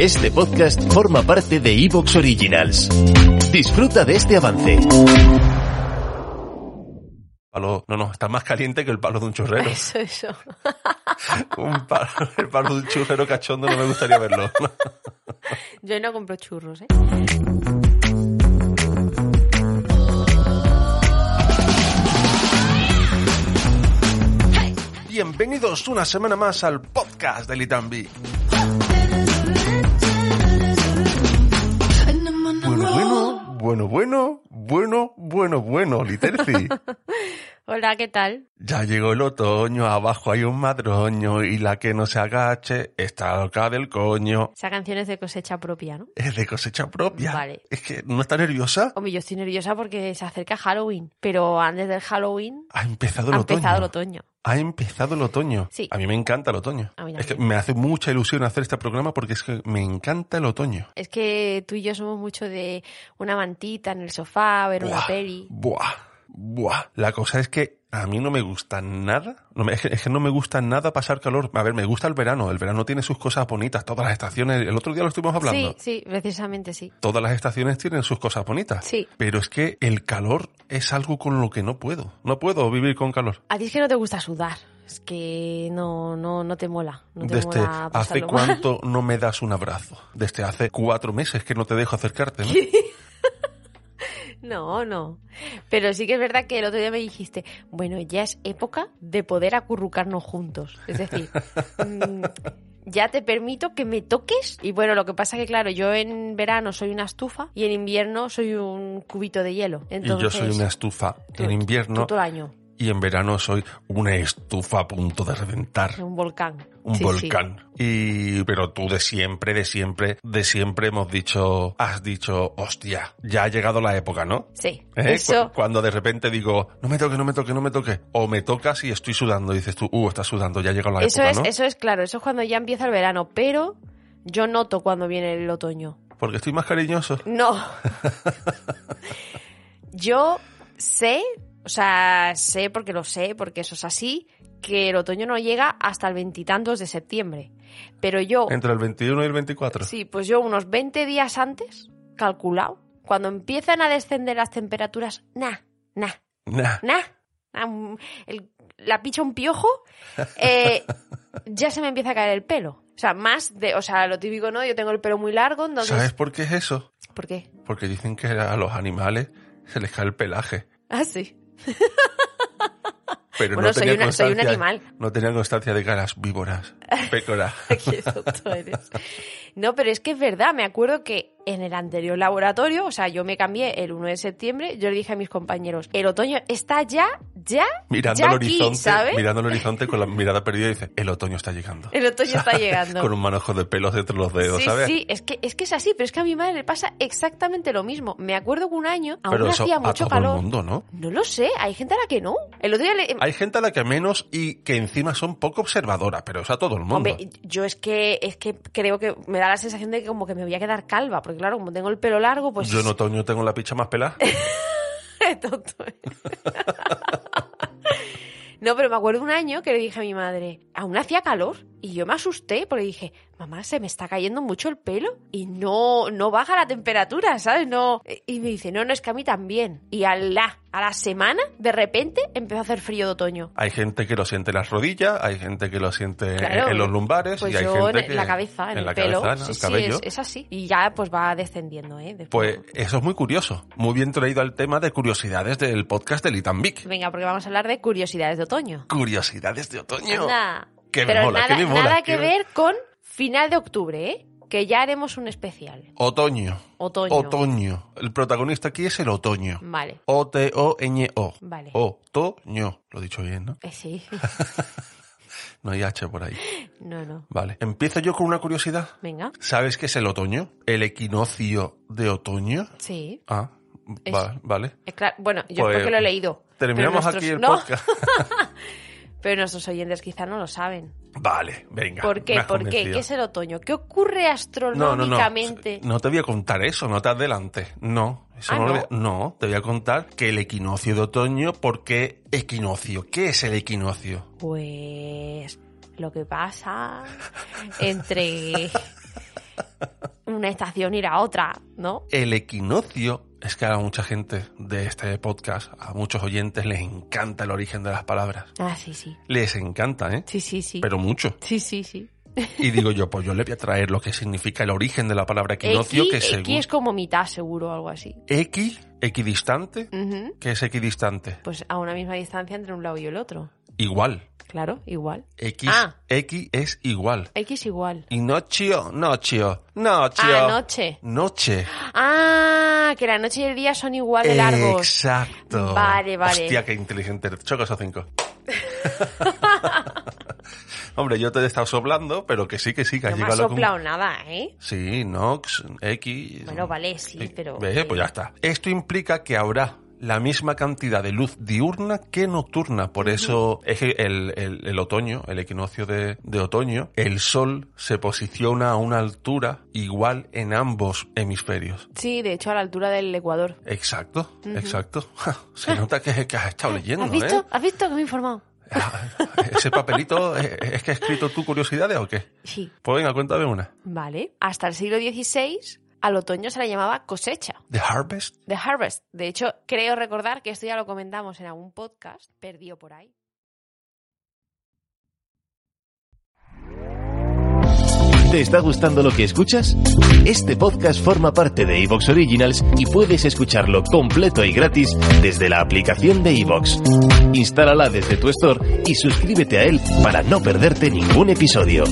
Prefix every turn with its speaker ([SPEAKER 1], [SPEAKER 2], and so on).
[SPEAKER 1] Este podcast forma parte de Evox Originals. Disfruta de este avance.
[SPEAKER 2] Palo- no, no, está más caliente que el palo de un churrero.
[SPEAKER 3] Eso, eso.
[SPEAKER 2] Un palo- el palo de un churrero cachondo no me gustaría verlo.
[SPEAKER 3] Yo ahí no compro churros, ¿eh?
[SPEAKER 2] Bienvenidos una semana más al podcast de Litambi. Bueno, bueno, bueno, bueno, bueno, bueno, bueno, Literci.
[SPEAKER 3] Hola, ¿qué tal?
[SPEAKER 2] Ya llegó el otoño, abajo hay un madroño y la que no se agache está loca del coño.
[SPEAKER 3] Esa canción es de cosecha propia, ¿no?
[SPEAKER 2] Es de cosecha propia.
[SPEAKER 3] Vale.
[SPEAKER 2] Es que no está nerviosa.
[SPEAKER 3] Hombre, yo estoy nerviosa porque se acerca Halloween, pero antes del Halloween
[SPEAKER 2] Ha empezado
[SPEAKER 3] ha
[SPEAKER 2] el otoño.
[SPEAKER 3] empezado el otoño.
[SPEAKER 2] Ha empezado el otoño.
[SPEAKER 3] Sí.
[SPEAKER 2] A mí me encanta el otoño.
[SPEAKER 3] A mí
[SPEAKER 2] es que
[SPEAKER 3] también.
[SPEAKER 2] me hace mucha ilusión hacer este programa porque es que me encanta el otoño.
[SPEAKER 3] Es que tú y yo somos mucho de una mantita en el sofá, ver una
[SPEAKER 2] Buah,
[SPEAKER 3] peli.
[SPEAKER 2] Buah, buah. La cosa es que a mí no me gusta nada. No me- es, que, es que no me gusta nada pasar calor. A ver, me gusta el verano. El verano tiene sus cosas bonitas. Todas las estaciones. El otro día lo estuvimos hablando.
[SPEAKER 3] Sí, sí, precisamente sí.
[SPEAKER 2] Todas las estaciones tienen sus cosas bonitas.
[SPEAKER 3] Sí.
[SPEAKER 2] Pero es que el calor es algo con lo que no puedo. No puedo vivir con calor.
[SPEAKER 3] A ti es que no te gusta sudar. Es que no, no, no te mola. No te
[SPEAKER 2] Desde
[SPEAKER 3] mola
[SPEAKER 2] este, hace
[SPEAKER 3] pasarlo mal.
[SPEAKER 2] cuánto no me das un abrazo. Desde hace cuatro meses que no te dejo acercarte. ¿no?
[SPEAKER 3] No, no. Pero sí que es verdad que el otro día me dijiste, bueno, ya es época de poder acurrucarnos juntos. Es decir, mm, ya te permito que me toques. Y bueno, lo que pasa que, claro, yo en verano soy una estufa y en invierno soy un cubito de hielo.
[SPEAKER 2] Y yo
[SPEAKER 3] Entonces,
[SPEAKER 2] soy una estufa
[SPEAKER 3] tú-
[SPEAKER 2] en
[SPEAKER 3] tú
[SPEAKER 2] invierno
[SPEAKER 3] todo el año,
[SPEAKER 2] y en verano soy una estufa a punto de reventar.
[SPEAKER 3] un volcán.
[SPEAKER 2] Un
[SPEAKER 3] Sí, sí.
[SPEAKER 2] volcán. Y pero tú de siempre, de siempre, de siempre hemos dicho, has dicho, hostia, ya ha llegado la época, ¿no?
[SPEAKER 3] Sí,
[SPEAKER 2] ¿Eh?
[SPEAKER 3] eso.
[SPEAKER 2] Cu- Cuando de repente digo, no me toque, no me toque, no me toque. O me tocas y estoy sudando. Y dices tú, uh, estás sudando, ya ha llegado la
[SPEAKER 3] Eso
[SPEAKER 2] época,
[SPEAKER 3] es,
[SPEAKER 2] ¿no?
[SPEAKER 3] eso es claro, eso es cuando ya empieza el verano, pero yo noto cuando viene el otoño.
[SPEAKER 2] Porque estoy más cariñoso.
[SPEAKER 3] No. Yo sé, o sea, sé porque lo sé, porque eso es así, que el otoño no llega hasta el veintitantos de septiembre. Pero yo,
[SPEAKER 2] Entre el 21 y el 24.
[SPEAKER 3] sí, pues yo unos 20 días antes, calculado, cuando empiezan a descender las temperaturas, nah, nah,
[SPEAKER 2] Nah.
[SPEAKER 3] nah, nah, mm, el- la picha un piojo, eh, ya se me empieza a caer el pelo. O sea, más de, o sea, lo típico, ¿no? Yo tengo el pelo muy largo, entonces,
[SPEAKER 2] ¿Sabes por qué es eso?
[SPEAKER 3] ¿por qué?
[SPEAKER 2] Porque dicen que a los animales se les cae el pelaje.
[SPEAKER 3] Ah, sí.
[SPEAKER 2] Pero
[SPEAKER 3] Bueno,
[SPEAKER 2] no
[SPEAKER 3] soy
[SPEAKER 2] tenía
[SPEAKER 3] una- soy un
[SPEAKER 2] constancia-
[SPEAKER 3] animal.
[SPEAKER 2] No tenía constancia de caras víboras. Pécora.
[SPEAKER 3] Qué tonto eres. No, pero es que es verdad, me acuerdo que en el anterior laboratorio, o sea, yo me cambié el 1 de septiembre, yo le dije a mis compañeros, el otoño está ya, ya,
[SPEAKER 2] Mirando
[SPEAKER 3] ya
[SPEAKER 2] al
[SPEAKER 3] aquí,
[SPEAKER 2] horizonte,
[SPEAKER 3] ¿sabes?
[SPEAKER 2] mirando el horizonte con la mirada perdida y dice, el otoño está llegando.
[SPEAKER 3] El otoño está llegando.
[SPEAKER 2] Con un manojo de pelos entre los dedos,
[SPEAKER 3] sí,
[SPEAKER 2] ¿sabes?
[SPEAKER 3] sí, es que, es que es así, pero es que a mi madre le pasa exactamente lo mismo. Me acuerdo que un año aún
[SPEAKER 2] Pero eso
[SPEAKER 3] hacía
[SPEAKER 2] a
[SPEAKER 3] mucho
[SPEAKER 2] todo
[SPEAKER 3] calor.
[SPEAKER 2] el mundo, ¿no?
[SPEAKER 3] No lo sé, hay gente a la que no. El otro día le...
[SPEAKER 2] Hay gente a la que menos y que encima son poco observadoras, pero eso a todo el mundo.
[SPEAKER 3] Hombre, yo es que, es que creo que me da la sensación de que como que me voy a quedar calva, porque claro, como tengo el pelo largo, pues...
[SPEAKER 2] Yo en otoño tengo la picha más pelada.
[SPEAKER 3] Qué tonto eres. No, pero me acuerdo un año que le dije a mi madre, aún hacía calor y yo me asusté porque dije, mamá, se me está cayendo mucho el pelo y no, no baja la temperatura, ¿sabes? No. Y me dice, no, no, es que a mí también. Y a la, a la semana, de repente, empezó a hacer frío de otoño.
[SPEAKER 2] Hay gente que lo siente en las rodillas, hay gente que lo siente
[SPEAKER 3] Claro,
[SPEAKER 2] en los lumbares
[SPEAKER 3] Pues
[SPEAKER 2] y hay
[SPEAKER 3] yo
[SPEAKER 2] gente
[SPEAKER 3] en
[SPEAKER 2] que
[SPEAKER 3] la cabeza, en,
[SPEAKER 2] la
[SPEAKER 3] el pelo.
[SPEAKER 2] cabeza, en
[SPEAKER 3] sí,
[SPEAKER 2] el
[SPEAKER 3] sí,
[SPEAKER 2] cabello.
[SPEAKER 3] es, es así. Y ya pues va descendiendo, ¿eh? De-
[SPEAKER 2] Pues eso es muy curioso. Muy bien traído al tema de curiosidades del podcast de Litambic.
[SPEAKER 3] Venga, porque vamos a hablar de curiosidades de otoño.
[SPEAKER 2] Curiosidades de otoño.
[SPEAKER 3] Anda.
[SPEAKER 2] Que me
[SPEAKER 3] Pero
[SPEAKER 2] mola,
[SPEAKER 3] nada,
[SPEAKER 2] que me mola,
[SPEAKER 3] nada
[SPEAKER 2] que
[SPEAKER 3] que,
[SPEAKER 2] me-
[SPEAKER 3] ver con final de octubre, ¿eh? Que ya haremos un especial.
[SPEAKER 2] Otoño.
[SPEAKER 3] Otoño.
[SPEAKER 2] Otoño. El protagonista aquí es el otoño.
[SPEAKER 3] Vale.
[SPEAKER 2] O-T-O-Ñ-O.
[SPEAKER 3] Vale.
[SPEAKER 2] Otoño. Lo he dicho bien, ¿no?
[SPEAKER 3] Eh, sí.
[SPEAKER 2] No hay H por ahí.
[SPEAKER 3] No, no.
[SPEAKER 2] Vale. Empiezo yo con una curiosidad.
[SPEAKER 3] Venga.
[SPEAKER 2] ¿Sabes qué es el otoño? El equinoccio de otoño.
[SPEAKER 3] Sí.
[SPEAKER 2] Ah,
[SPEAKER 3] Es-
[SPEAKER 2] va- vale.
[SPEAKER 3] Eh, claro, bueno, yo
[SPEAKER 2] Pues,
[SPEAKER 3] porque lo he leído.
[SPEAKER 2] Terminamos
[SPEAKER 3] Pero
[SPEAKER 2] aquí el
[SPEAKER 3] nuestros- no,
[SPEAKER 2] podcast.
[SPEAKER 3] Pero nuestros oyentes quizá no lo saben.
[SPEAKER 2] Vale, venga.
[SPEAKER 3] ¿Por
[SPEAKER 2] me
[SPEAKER 3] qué?
[SPEAKER 2] has
[SPEAKER 3] ¿Por qué?
[SPEAKER 2] convencido.
[SPEAKER 3] ¿Qué es el otoño? ¿Qué ocurre
[SPEAKER 2] No, no, no.
[SPEAKER 3] astronómicamente?
[SPEAKER 2] No te voy a contar eso, no te adelantes. No, eso
[SPEAKER 3] Ah,
[SPEAKER 2] no, lo
[SPEAKER 3] ¿no?
[SPEAKER 2] voy a- no, te voy a contar que el equinoccio de otoño, ¿por qué equinoccio? ¿Qué es el equinoccio?
[SPEAKER 3] Pues lo que pasa entre una estación ir a otra, ¿no?
[SPEAKER 2] El equinoccio es que a mucha gente de este podcast, a muchos oyentes, les encanta el origen de las palabras.
[SPEAKER 3] Ah, sí, sí.
[SPEAKER 2] Les encanta, ¿eh?
[SPEAKER 3] Sí, sí, sí.
[SPEAKER 2] Pero mucho.
[SPEAKER 3] Sí, sí, sí.
[SPEAKER 2] Y digo yo, pues yo le voy a traer lo que significa el origen de la palabra equinoccio,
[SPEAKER 3] Equi,
[SPEAKER 2] que según...
[SPEAKER 3] equi es como mitad, seguro, o algo así.
[SPEAKER 2] Equi, equidistante.
[SPEAKER 3] Ujú.
[SPEAKER 2] ¿Qué es equidistante?
[SPEAKER 3] Pues a una misma distancia entre un lado y el otro.
[SPEAKER 2] Igual.
[SPEAKER 3] Claro, igual.
[SPEAKER 2] X,
[SPEAKER 3] Ah.
[SPEAKER 2] X es igual.
[SPEAKER 3] X igual.
[SPEAKER 2] Y nochio, nochio, nochio.
[SPEAKER 3] Ah, noche.
[SPEAKER 2] Noche.
[SPEAKER 3] Ah, que la noche y el día son igual Ah, de largos.
[SPEAKER 2] Exacto.
[SPEAKER 3] Vale, vale.
[SPEAKER 2] Hostia, qué inteligente. Choca esos cinco. Hombre, yo te he estado soplando, pero que sí, que sí, que has
[SPEAKER 3] No me
[SPEAKER 2] llegado
[SPEAKER 3] ha
[SPEAKER 2] a la conclu-
[SPEAKER 3] soplado nada, ¿eh?
[SPEAKER 2] Sí, Nox, X.
[SPEAKER 3] Bueno, vale, sí,
[SPEAKER 2] Sí.
[SPEAKER 3] pero...
[SPEAKER 2] Ve, Pues ya está. Esto implica que habrá la misma cantidad de luz diurna que nocturna. Por eso es que el, el- el otoño, el equinoccio de, de otoño, el sol se posiciona a una altura igual en ambos hemisferios.
[SPEAKER 3] Sí, de hecho, a la altura del Ecuador.
[SPEAKER 2] Exacto, exacto. Ja, Se nota que, que has estado leyendo,
[SPEAKER 3] ¿Has visto?
[SPEAKER 2] ¿eh?
[SPEAKER 3] ¿Has visto que me he informado?
[SPEAKER 2] Ese papelito, ¿es, es que has escrito tú curiosidades o qué?
[SPEAKER 3] Sí.
[SPEAKER 2] Pues venga, cuéntame una.
[SPEAKER 3] Vale. Hasta el siglo XVI, al otoño se la llamaba cosecha.
[SPEAKER 2] The Harvest.
[SPEAKER 3] The Harvest. De hecho, creo recordar que esto ya lo comentamos en algún podcast, perdido por ahí.
[SPEAKER 1] ¿Te está gustando lo que escuchas? Este podcast forma parte de Evox Originals y puedes escucharlo completo y gratis desde la aplicación de Evox. Instálala desde tu store y suscríbete a él para no perderte ningún episodio.